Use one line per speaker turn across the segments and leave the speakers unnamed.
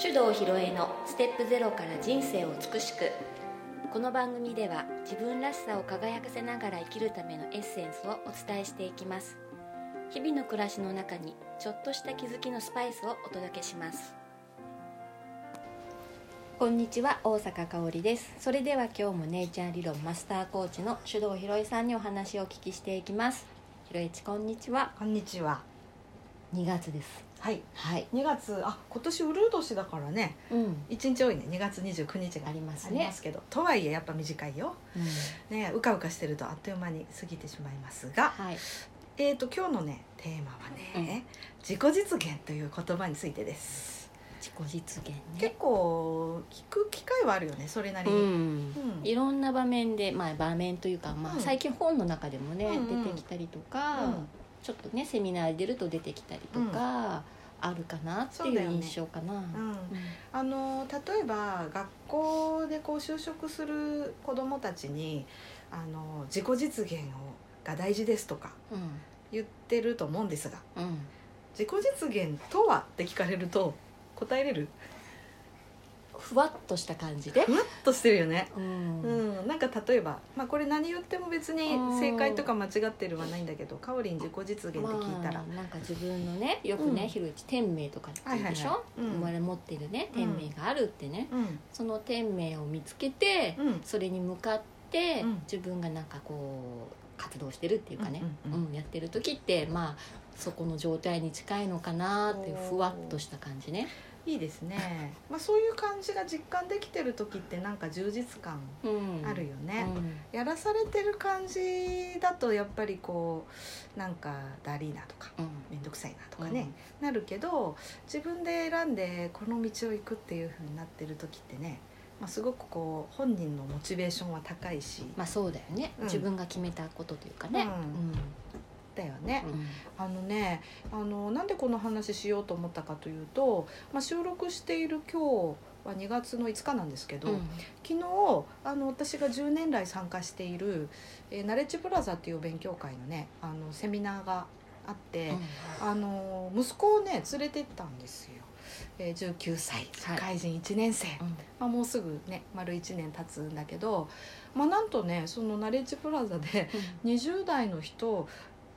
手動ひろえのステップゼロから人生を美しくこの番組では自分らしさを輝かせながら生きるためのエッセンスをお伝えしていきます日々の暮らしの中にちょっとした気づきのスパイスをお届けしますこんにちは大阪香織ですそれでは今日もネイチャー理論マスターコーチの手動ひろえさんにお話をお聞きしていきますひろえちこんにちは
こんにちは。
2月です
はい。
はい
2月あ今年ウルー年だからね。
うん
1日多いね。2月29日が
あ
あ
り
り
ま
ますす
ね
けど、とはいえやっぱ短いよ。
うん
ねうかうかしてるとあっという間に過ぎてしまいますが、
はい
えっ、と今日のねテーマはね、自己実現という言葉についてです。
自己実現ね
結構聞く機会はあるよね。それなり
う
に。
ん
うん
いろんな場面で、まあ、場面というか、ま
う
あ、
ん
最近本の中でもね、
うんうん
出てきたりとか、
うん
ちょっとねセミナーで出ると出てきたりとか、あるかなって
そう
い
だ
う
よね
印象かな。
うんあの例えば学校でこう就職する子どもたちにあの自己実現をが大事ですとか
うん
言ってると思うんですが
うん
自己実現とはって聞かれると答えれる
ふわっとした感じで、
ふわっとしてるよね。
う
うんん、なんか例えば、まあ、これ何言っても別に
うん
正解とか間違ってるはないんだけどかおりん自己実現って聞いたら、
まあ、なんか自分のねよくね、
うん
ひろゆき天命とかって
は
言
いうはいはい
でしょ、
うん
生まれ持ってるね天命があるってね、
うん
その天命を見つけて、
うん
それに向かって、
うん
自分がなんかこう活動してるっていうかね、
うん
う
うんん
やってる時ってまあそこの状態に近いのかなっていう
おー
ふわっとした感じね、
いいですね、まあ、そういう感じが実感できてる時ってなんか充実感
うん、
あるよね、
うん
やらされてる感じだとやっぱりこうなんかダリーなとか
うん
面倒くさいなとかね、なるけど自分で選んでこの道を行くっていう風になってる時ってね、まあ、すごくこう本人のモチベーションは高いし
まあそうだよね、
うん
自分が決めたことというかね、
だよね
うん。
あのねあのなんでこの話しようと思ったかというと、まあ、収録している今日は2月の5日なんですけど、
うん
昨日あの私が10年来参加している、えーナレッジプラザっていう勉強会のねあのセミナーがあって。あの息子をね連れてったんですよ、えー、19歳社会人1年生、
うん
まあ、もうすぐね丸1年経つんだけど、まあ、なんとねそのナレッジプラザで20代の人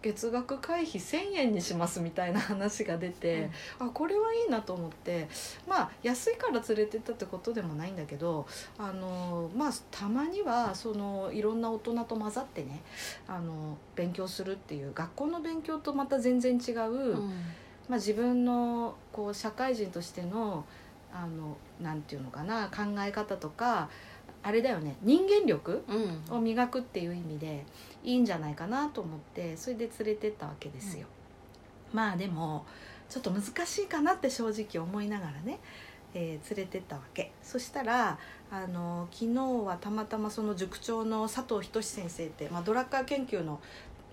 月額会費1,000円にしますみたいな話が出て、あこれはいいなと思ってまあ安いから連れてったってことでもないんだけどあのまあたまにはそのいろんな大人と混ざってねあの勉強するっていう学校の勉強とまた全然違う、
うんうん
まあ、自分のこう社会人としてのあのなんていうのかな考え方とかあれだよね人間力
うん
を磨くっていう意味でいいんじゃないかなと思ってそれで連れてったわけですよ。まあでもちょっと難しいかなって正直思いながらね、えー連れてったわけそしたらあの昨日はたまたまその塾長の佐藤仁先生って、まあ、ドラッカー研究の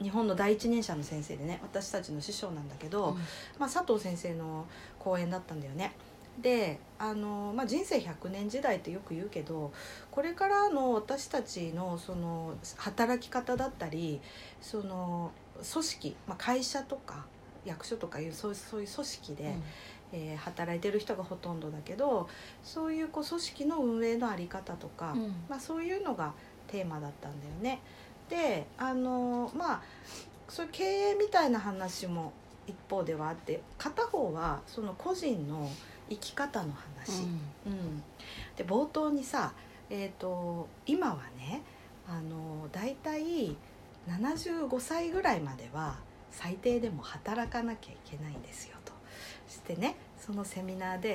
日本の第一人者の先生でね私たちの師匠なんだけ
う
ど、
ん
まあ、佐藤先生の講演だったんだよね。であの、まあ、人生100年時代ってよく言うけどこれからの私たちのその働き方だったりその組織、まあ、会社とか役所とかいうそうそういう組織で、えー働いてる人がほとんどだけどそういうこう組織の運営のあり方とか、
うん
まあ、そういうのがテーマだったんだよね。であのまあそういう経営みたいな話も一方ではあって片方はその個人の生き方の話。うん、で冒頭にさ、えー、と今はねあの大体75歳ぐらいまでは最低でも働かなきゃいけないんですよとしてねそのセミナーで、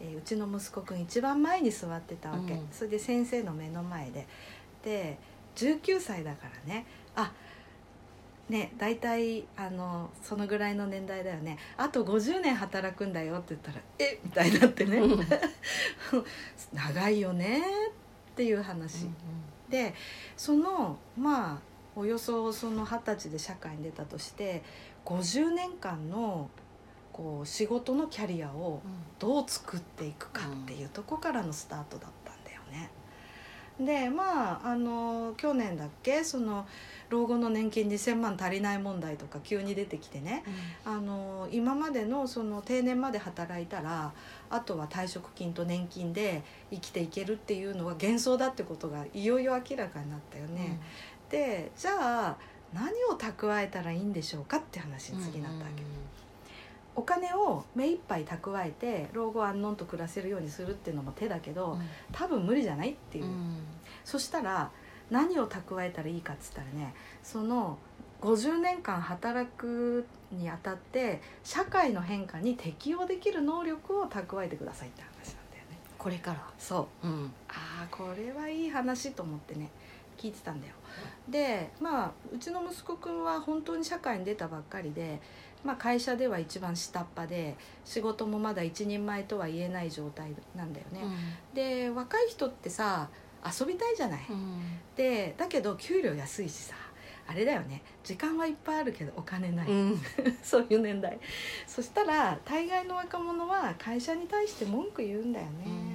えーうちの息子くん一番前に座ってたわけ、
うん
それで先生の目の前でで19歳だからねあね大体あのそのぐらいの年代だよねあと50年働くんだよって言ったら「えみたいになってね
うんうん
長いよねっていう話、でそのまあおよそその二十歳で社会に出たとして50年間のこう仕事のキャリアをどう作っていくかっていうとこからのスタートだったんだよね。でまああの去年だっけその老後の年金2,000万足りない問題とか急に出てきてねあの今までのその定年まで働いたらあとは退職金と年金で生きていけるっていうのは幻想だってことがいよいよ明らかになったよね。でじゃあ何を蓄えたらいいんでしょうかって話に次になったわけ。お金を目いっぱい蓄えて老後安穏と暮らせるようにするっていうのも手だけど、多分無理じゃないっていう、そしたら何を蓄えたらいいかっつったらねその50年間働くにあたって社会の変化に適応できる能力を蓄えてくださいって話なんだよね。
これから
そう
うん
あーこれはいい話と思ってね聞いてたんだよでまあうちの息子くんは本当に社会に出たばっかりで、まあ、会社では一番下っ端で仕事もまだ一人前とは言えない状態なんだよね、で若い人ってさ遊びたいじゃない、でだけど給料安いしさあれだよね時間はいっぱいあるけどお金ない、
うん
そういう年代そしたら大概の若者は会社に対して文句言うんだよね、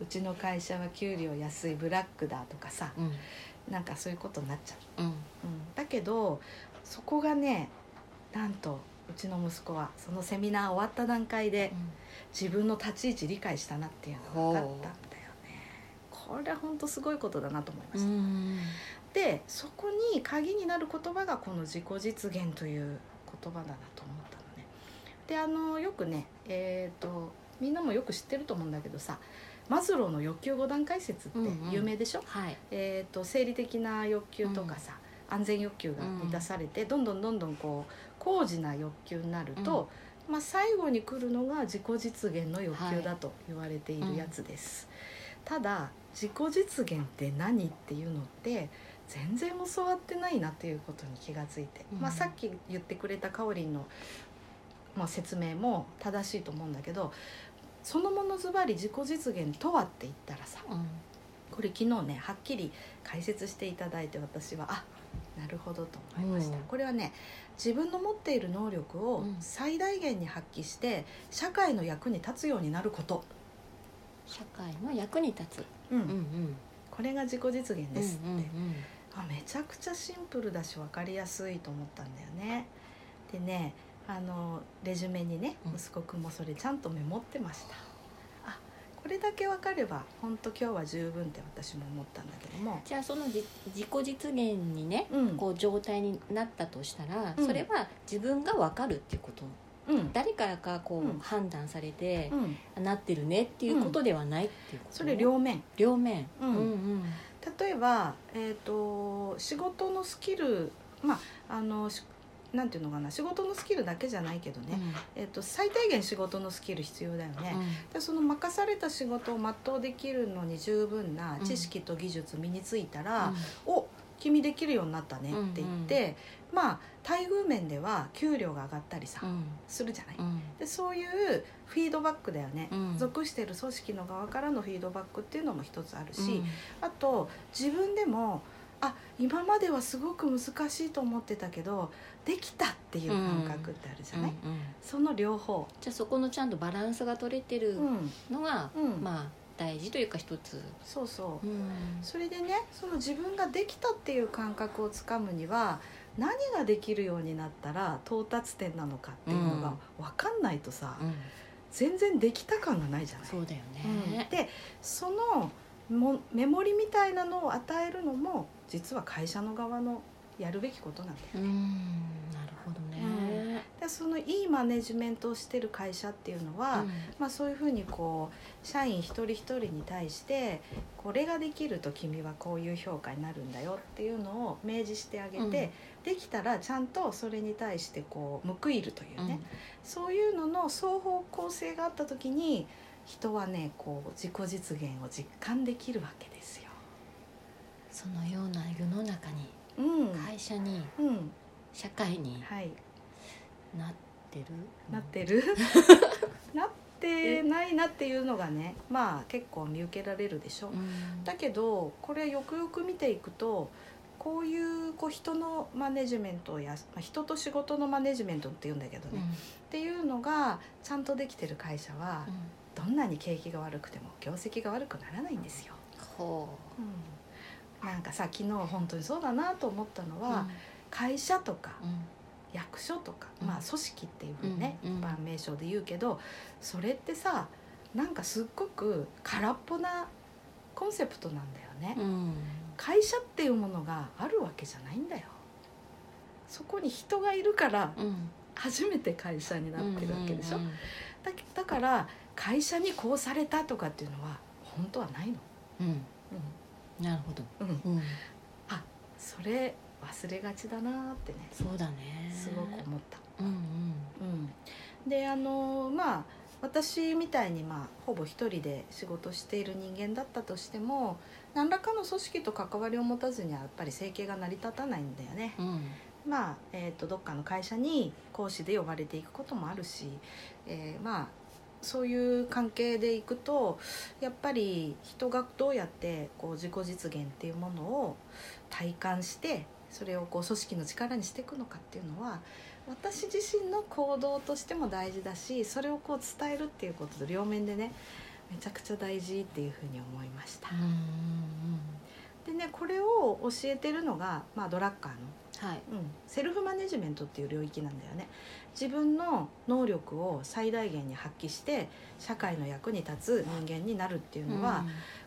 うちの会社は給料安いブラックだとかさ
うん
なんかそういうことになっちゃ
うん
う、うん、だけどそこがねなんとうちの息子はそのセミナー終わった段階で自分の立ち位置理解したなっていうのが分かったんだよねこれは本当すごいことだなと思いま
う
した、
ん
でそこに鍵になる言葉がこの自己実現という言葉だなと思ったのねであのよくねえっ、とみんなもよく知ってると思うんだけどさマズローの欲求5段階説って有名でしょ、
はい
えー、と生理的な欲求とかさ、安全欲求が満たされて、どんどんどんどんこう高次な欲求になると、まあ、最後に来るのが自己実現の欲求だと言われているやつです。ただ自己実現って何っていうのって全然教わってないなっていうことに気がついて、
うん
まあ、さっき言ってくれたかおりんの、まあ、説明も正しいと思うんだけどそのものズバリ自己実現とはって言ったらさ、
うん
これ昨日ねはっきり解説していただいて私はあなるほどと思いました、
うん
これはね自分の持っている能力を
うん
最大限に発揮して社会の役に立つようになること、
社会の役に立つ
うん
うんうん
これが自己実現ですって、
うんうん
あめちゃくちゃシンプルだし分かりやすいと思ったんだよねでねあのレジュメにね
うん
息子くんもそれちゃんとメモってました、あこれだけ分かれば本当今日は十分って私も思ったんだけども
じゃあそのじ自己実現にね
うん
こう状態になったとしたら、
うん
それは自分が分かるっていうこと
うん
誰からかこ
うん
う判断されて
う、ん
なってるねっていうことではないっていうこと、
それ両面
両面、う
う
んんうん
例えば、えー、と仕事のスキルまああのしなんていうのかな仕事のスキルだけじゃないけどね、えー、と最低限仕事のスキル必要だよね、
うん
でその任された仕事を全うできるのに十分な知識と技術身についたら、お君できるようになったねって言って、まあ待遇面では給料が上がったりさ、
うん
するじゃない、
うん
でそういうフィードバックだよね、
うん
属している組織の側からのフィードバックっていうのも一つあるし、
うん
あと自分でもあ今まではすごく難しいと思ってたけどできたっていう感覚ってあるじゃない、
うんうん
その両方、
じゃあそこのちゃんとバランスが取れて
う
る
ん
のが、
うん
まあ大事というか一つ、
そうそう、
うん
それでねその自分ができたっていう感覚をつかむには何ができるようになったら到達点なのかっていうのが分かんないとさ、
うん
全然できた感がないじゃない。
そうだよ
うん
ね、
でそのもメモリみたいなのを与えるのも実は会社の側のやるべきことなんだよ
うんなるほどね、
でそのいいマネジメントをしてる会社っていうのは、まあ、そういうふうにこう社員一人一人に対してこれができると君はこういう評価になるんだよっていうのを明示してあげて、
うん
できたらちゃんとそれに対してこう報いるという
う
ね、
ん
そういうのの双方向性があった時に人はねこう自己実現を実感できるわけですよ。
そのような世の中に
うん、
会社に
うん、
社会に
はい、
なってる、
なっ てるなってないなっていうのがねまあ結構見受けられるでしょ。
うん
だけどこれよくよく見ていくとこういうこう人のマネジメントやまあ人と仕事のマネジメントっていうんだけど
う
ね、
ん
っていうのがちゃんとできてる会社は
うん
どんなに景気が悪くても業績が悪くならないんですよ。
はほ
うん、なんかさ昨日本当にそうだなと思ったの
う
は、会社とか
うん
役所とか、
うん
まあ組織っていうふうにね、
うんうん
一般名称で言うけどそれってさなんかすっごく空っぽなコンセプトなんだよね、
うん
会社っていうものがあるわけじゃないんだよそこに人がいるから
うん
初めて会社になってるわけでしょ、
うん
だだから会社にこうされたとかっていうのは本当はないの、
うんうんなるほど、
うんうん、
うん、
それ忘れがちだなってね
そうだね
すごく思った。
うん
うん、であのまあ私みたいに、まあ、ほぼ一人で仕事している人間だったとしても何らかの組織と関わりを持たずにはやっぱり生計が成り立たないんだよね。
うんうん
まあえー、とどっかの会社に講師で呼ばれていくこともあるし、えーまあそういう関係でいくとやっぱり人がどうやってこう自己実現っていうものを体感してそれをこう組織の力にしていくのかっていうのは私自身の行動としても大事だしそれをこう伝えるっていうことと両面でねめちゃくちゃ大事っていうふうに思いました
うんう。ん
でねこれを教えてるのが、まあ、ドラッカーの
はい
うん、セルフマネジメントっていう領域なんだよね自分の能力を最大限に発揮して社会の役に立つ人間になるっていうのは、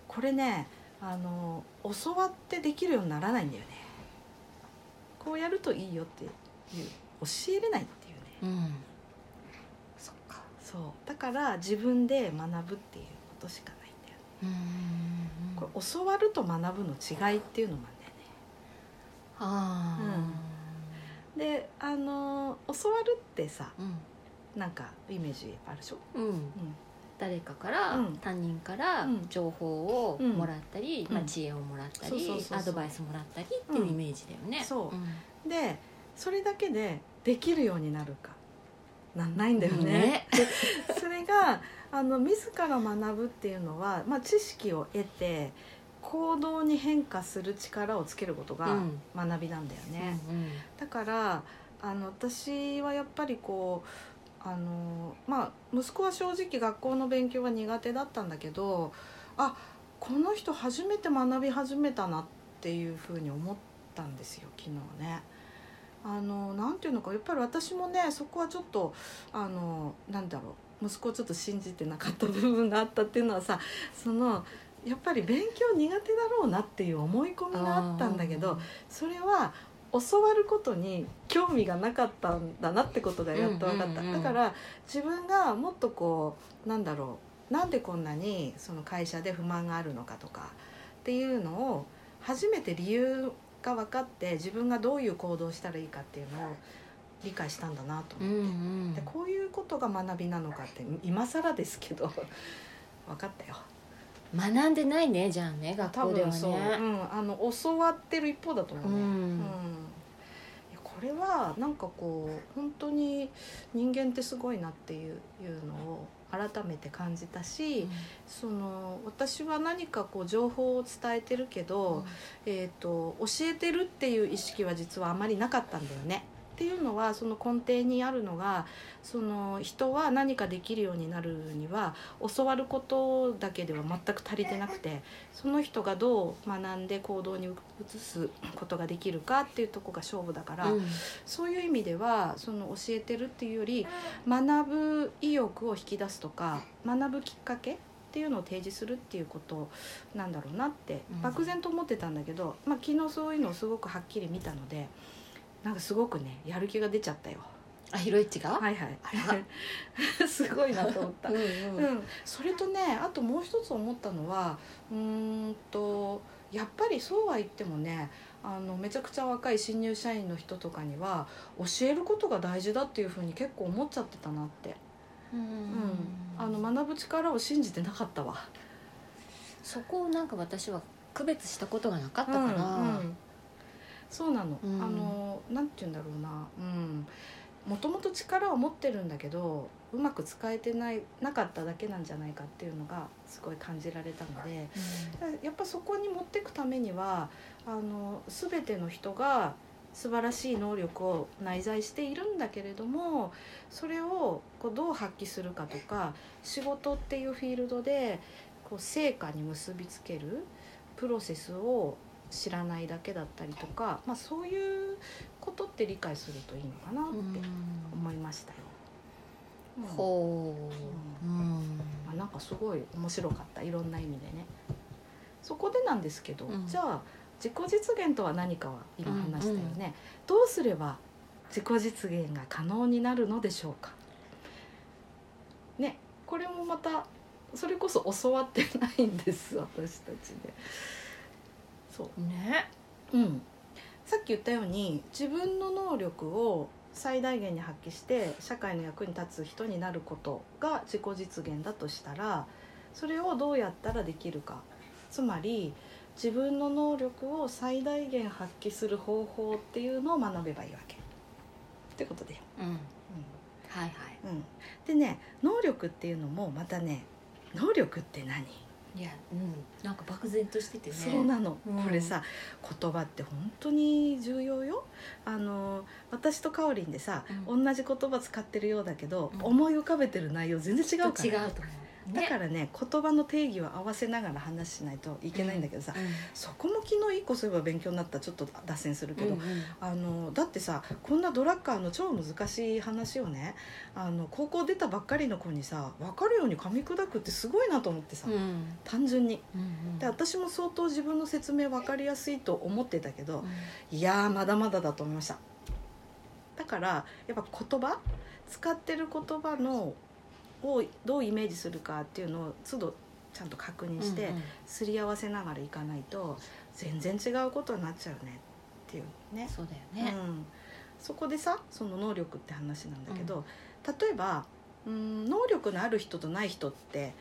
これねあの教わってできるようにならないんだよねこうやるといいよっていう教えれないっていうね
うん、うん
そっかそうだから自分で学ぶっていうことしかないんだよね
うんうん
これ教わると学ぶの違いっていうのもあるんだよね
あ
であの教わるってさ
あうん
なんかイメージあるでしょ、
うん
うん
誰かから、
うん
他人から
うん
情報をもらったり、
うん
まあ、知恵をもらった
そうそう
り
そうそう
アドバイスもらったりっていうイメージだよね、
うんそう
うん
でそれだけでできるようになるかなんないんだよね
ね
それがあの自ら学ぶっていうのは、まあ、知識を得て行動に変化する力をつけることが
うん
学びなんだよね、
うんうん
だからあの私はやっぱりこうあのまあ息子は正直学校の勉強は苦手だったんだけどあこの人初めて学び始めたなっていうふうに思ったんですよ昨日ね。あのなんていうのかやっぱり私もねそこはちょっとあのなんだろう息子をちょっと信じてなかった部分があったっていうのはさそのやっぱり勉強苦手だろうなっていう思い込みがあったんだけどそれは教わることに興味がなかったんだなってことがやっと分かった、
うんうんうん
だから自分がもっとこうなんだろうなんでこんなにその会社で不満があるのかとかっていうのを初めて理由が分かって自分がどういう行動をしたらいいかっていうのを理解したんだなと
う
思
ん
っ
う
て、
ん
でこういうことが学びなのかって今更ですけど分かったよ。
学んでないねじゃあね学
多
校では
分
ね
そう、うん、あの教わってる一方だと思う
う
ね、
ん
いやこれはなんかこう本当に人間ってすごいなっていういうのを改めて感じたし、その私は何かこう情報を伝えてるけど、えー、と教えてるっていう意識は実はあまりなかったんだよね。っていうのはその根底にあるのがその人は何かできるようになるには教わることだけでは全く足りてなくてその人がどう学んで行動に移すことができるかっていうとこが勝負だから、
うん
そういう意味ではその教えてるっていうより学ぶ意欲を引き出すとか学ぶきっかけっていうのを提示するっていうことなんだろうなって
うん
漠然と思ってたんだけど、まあ、昨日そういうのをすごくはっきり見たのでなんかすごくねやる気が出ちゃったよ。
あひろいっちが、
はいはいすごい なと思った
うん。
う
うん
ん、それとねあともう一つ思ったのはうーんとやっぱりそうは言ってもねあのめちゃくちゃ若い新入社員の人とかには教えることが大事だっていうふうに結構思っちゃってたなって、
う
うんん、あの学ぶ力を信じてなかったわ。
そこをなんか私は区別したことがなかったから、
うんうんそうなの、
うん
あのなんて言うんだろうなうんもともと力を持ってるんだけどうまく使えてないなかっただけなんじゃないかっていうのがすごい感じられたので。やっぱそこに持っていくためにはあの全ての人が素晴らしい能力を内在しているんだけれどもそれをこうどう発揮するかとか仕事っていうフィールドでこう成果に結びつけるプロセスを知らないだけだったりとか、まあ、そういうことって理解するといいのかなって思いましたよ。うん
ほう、うん
まあ、なんかすごい面白かったいろんな意味でねそこでなんですけど、
うん
じゃあ自己実現とは何かは今話したよね、どうすれば自己実現が可能になるのでしょうかねこれもまたそれこそ教わってないんです私たちでそう
ね
うん、さっき言ったように自分の能力を最大限に発揮して社会の役に立つ人になることが自己実現だとしたらそれをどうやったらできるかつまり自分の能力を最大限発揮する方法っていうのを学べばいいわけ。ってことで、
うん
うん、
はいはい
うん、でね能力っていうのもまたね能力って何
いやうんなんか漠然としててね
そうなの、
うん
これさ言葉って本当に重要よあの私とかおりんでさ、
うん
同じ言葉使ってるようだけど、
うん
思い浮かべてる内容全然違うから
違うと思う
だかららね言葉の定義を合わせながら話しないといけないんだけどさ、そこも昨日一個そういえば勉強になったちょっと脱線するけど、あのだってさこんなドラッカーの超難しい話をねあの高校出たばっかりの子にさ分かるように噛み砕くってすごいなと思ってさ、
うんうん
単純に。
うん
で私も相当自分の説明分かりやすいと思ってたけど
うん
いやーまだまだだと思いましただからやっぱ言葉使ってる言葉のをどうイメージするかっていうのを都度ちゃんと確認して、
うんうん
すり合わせながらいかないと全然違うことになっちゃうねっていうね
そうだよね
うん、そこでさその能力って話なんだけど、例えばうん能力のある人とない人って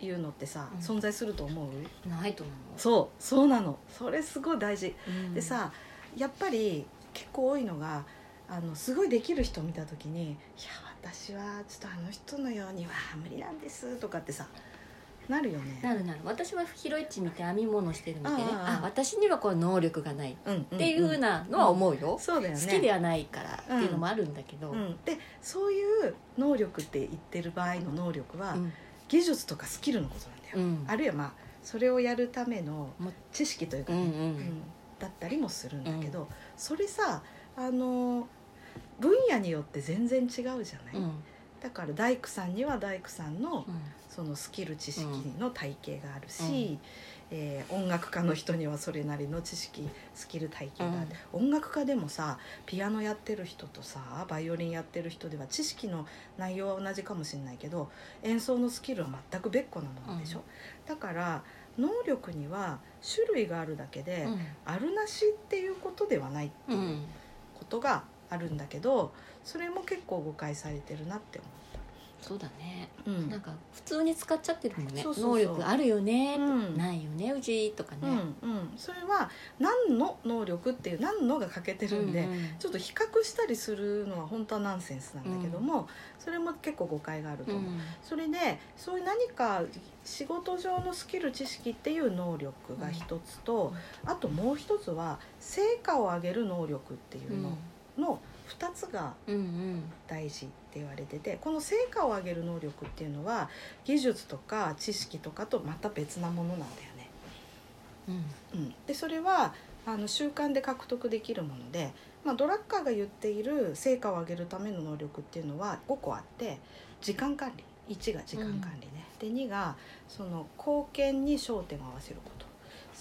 いうのってさ、
うん
存在すると思う
ないと思
そうそうなのそれすごい大事、
ううん
でさやっぱり結構多いのがあのすごいできる人見た時に「いや私はちょっとあの人のようには無理なんです」とかってさなるよね。
なるなる私は広い地見て編み物してるのでね
あ
あ
あ
私にはこう能力がないっ
うんんん
ていうふうなのは思うよ、
そうだよね
好きではないからっていうのもあるんだけど、
うん、でそういう能力って言ってる場合の能力は、
うん
技術とかスキルのことなんだよ、
うん
あるいはまあそれをやるための
も
知識というか
うんう
ね、うんんだったりもするんだけど、それさあの分野によって全然違うじゃない、
うんうん
だから大工さんには大工さんの
うん
そのスキル知識の体系があるし、えー音楽家の人にはそれなりの知識スキル体系がある、音楽家でもさピアノやってる人とさバイオリンやってる人では知識の内容は同じかもしれないけど演奏のスキルは全く別個なものでしょ、だから能力には種類があるだけで、あるなしっていうことではないっ
う
てい
んう
うんことがあるんだけどそれも結構誤解されてるなって
そうだね
思う。うん
なんか普通に使っちゃってるもんね
そうそうそう
能力あるよね、
うん
ないよねうちとか
う
ね、
んうん、それは何の能力っていう何のが欠けてるんで、
うんうん
ちょっと比較したりするのは本当はナンセンスなんだけども、それも結構誤解があると
う
思う、
ん
それでそういう何か仕事上のスキル知識っていう能力が一つと、あともう一つは成果を上げる能力っていうのの2つが
うんうん
大事って言われててこの成果を上げる能力っていうのは技術とか知識とかとまた別なものなんだよね。
うん
うん、でそれはあの習慣で獲得できるもので、まあ、ドラッカーが言っている成果を上げるための能力っていうのは5個あって時間管理1が時間管理ね、で2がその貢献に焦点を合わせること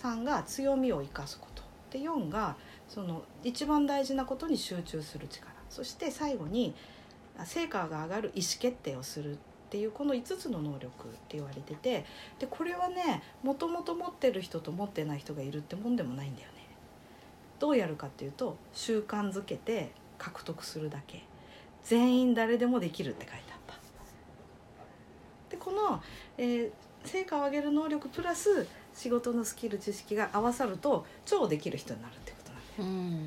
3が強みを生かすことで4がその一番大事なことに集中する力そして最後にあ成果が上がる意思決定をするっていうこの5つの能力って言われててでこれはねもともと持ってる人と持ってない人がいるってもんでもないんだよね。どうやるかっていうと習慣づけて獲得するだけ全員誰でもできるって書いてあった。でこの、えー成果を上げる能力プラス仕事のスキル知識が合わさると超できる人になるってことなんだよ
うんうん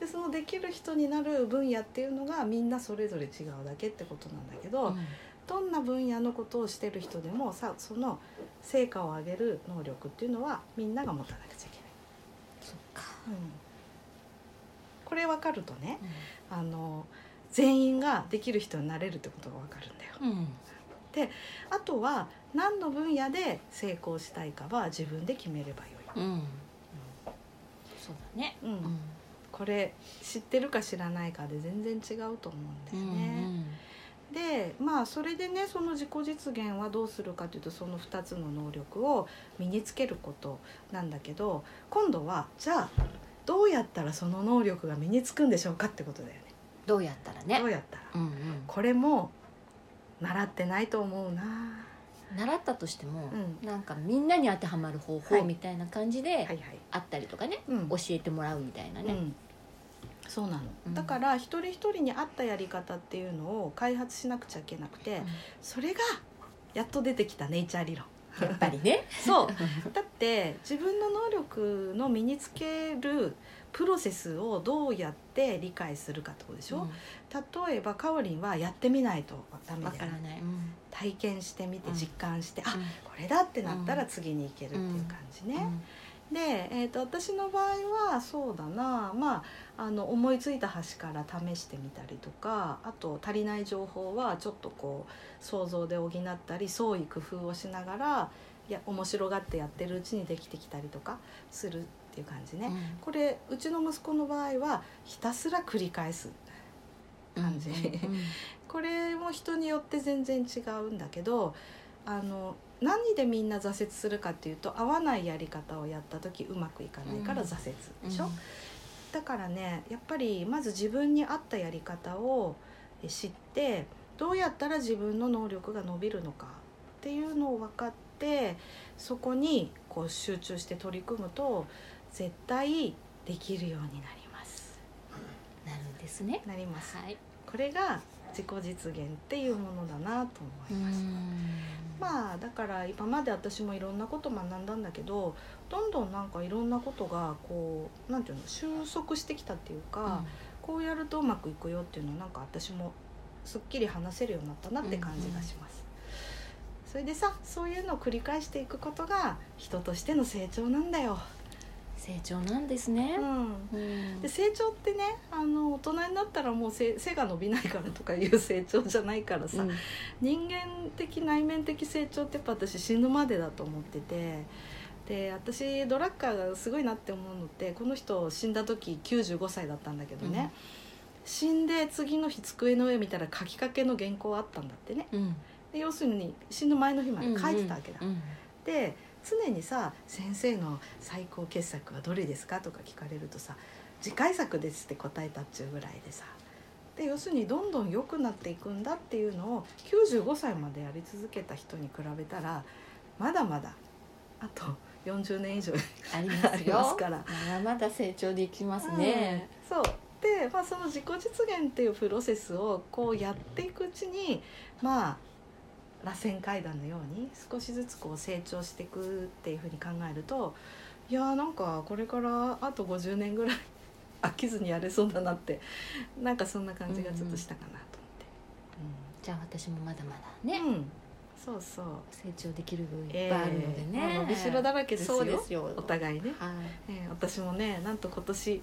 でそのできる人になる分野っていうのがみんなそれぞれ違うだけってことなんだけど、
うん
どんな分野のことをしてる人でもさその成果を上げる能力っていうのはみんなが持たなくちゃい
そっか
けない、うんこれ分かるとね
う
あの全員ができる人になれるってことが分かるんだよ。
んうん
あとは何の分野で成功したいかは自分で決めればよい
うんそうだね
うん
うん
これ知ってるか知らないかで全然違うと思うんです
う
ね。
ん
でまあそれでねその自己実現はどうするかというとその2つの能力を身につけることなんだけど今度はじゃあどうやったらその能力が身につくんでしょうかってことだよね。
どうやったらね
どうやったら、
うんうん
これも習ってないと思うな。
習ったとしても
うん
なんかみんなに当てはまる方
は
法
い
みたいな感じ
はいは
で
い。
あったりとかね
うん
教えてもらうみたいな
う
ね
ん、そうなの、
うん
だから一人一人に合ったやり方っていうのを開発しなくちゃいけなくて、
うん
それがやっと出てきたネイチャー理論
やっぱりね
そうだって自分の能力の身につけるプロセスをどうやって理解するかってことでしょ、例えばかおりんはやってみないとダメ
わ
だ
か
よ
ら
ね
ないうん
体験してみて
うん
実感して、あ
うん
これだってなったら次に行けるっていう感じね、で、えー、と私の場合はそうだな、まあ、あの思いついた端から試してみたりとかあと足りない情報はちょっとこう想像で補ったり創意工夫をしながらいや面白がってやってるうちにできてきたりとかするっていう感じね。
うん
これうちの息子の場合はひたすら繰り返す感じ
うんうん
これも人によって全然違うんだけどあの何でみんな挫折するかっていうと合わないやり方をやった時うまくいかないから
うん
挫折でしょ、だからねやっぱりまず自分に合ったやり方をえ知ってどうやったら自分の能力が伸びるのかっていうのを分かってそこにこう集中して取り組むと絶対できるようになります。
なるんですね
なります。
はい
これが自己実現っていうものだなと思いました。
あ
まあだから今まで私もいろんなこと学んだんだけどどんどんなんかいろんなことがこうなんていうの収束してきたっていうか、こうやるとうまくいくよっていうのはなんか私もすっきり話せるようになったなって感じがします。それでさそういうのを繰り返していくことが人としての成長なんだよ。
成長なんですね
うん
うん
で成長ってねあの大人になったらもう背背が伸びないからとかいう成長じゃないからさ、
うん
人間的内面的成長ってやっぱ私死ぬまでだと思っててで私ドラッカーがすごいなって思うのってこの人死んだ時95歳だったんだけどね、
うん
死んで次の日机の上見たら書きかけの原稿あったんだってね
うん
で要するに死ぬ前の日まで書いてたわけだ、
うんうん
で常にさ「先生の最高傑作はどれですか?」とか聞かれるとさ「次回作です」って答えたっちゅうぐらいでさで要するにどんどん良くなっていくんだっていうのを95歳までやり続けた人に比べたらまだまだあと40年以上
ありますよ
ありますから
まだまだ成長できますね、
うんそうで、まあ、その自己実現っていうプロセスをこうやっていくうちにまあ螺旋階段のように少しずつこう成長していくっていうふうに考えるといやーなんかこれからあと50年ぐらい 飽きずにやれそうだなってなんかそんな感じがちょっとしたかなと
じゃあ私もまだまだ
思
ね、
って。うん、うんそうそう
成長できる部分いっぱいあるのでね、
ええもう伸びしろだらけですよ
そうですよ
お互いね、
はい
ええ私もねなんと今年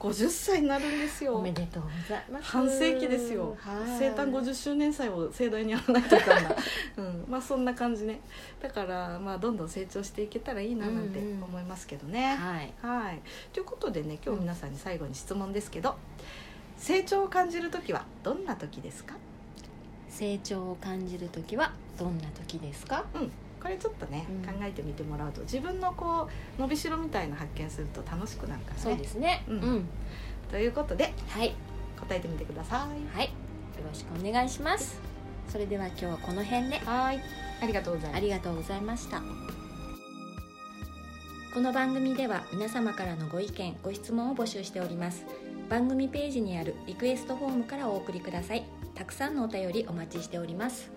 50歳になるんですよ
おめでとうございます
半世紀ですよ
はい
生誕50周年祭を盛大にやらないといか んな、うん、まあそんな感じねだからまあどんどん成長していけたらいいななんて
うんうん
思いますけどね、
はい
はいということでね今日皆さんに最後に質問ですけど、成長を感じる時はどんな時ですか
成長を感じる時はどんな時ですか
これちょっとね、
うん
考えてみてもらうと自分のこう伸びしろみたいな発見すると楽しくなるからね
そうですね
うん
うん、
ということで
はい
答えてみてください
はいよろしくお願いしますそれでは今日はこの辺で
はいありがとうございます
ありがとうございましたこの番組では皆様からのご意見ご質問を募集しております番組ページにあるリクエストフォームからお送りくださいたくさんのお便りお待ちしております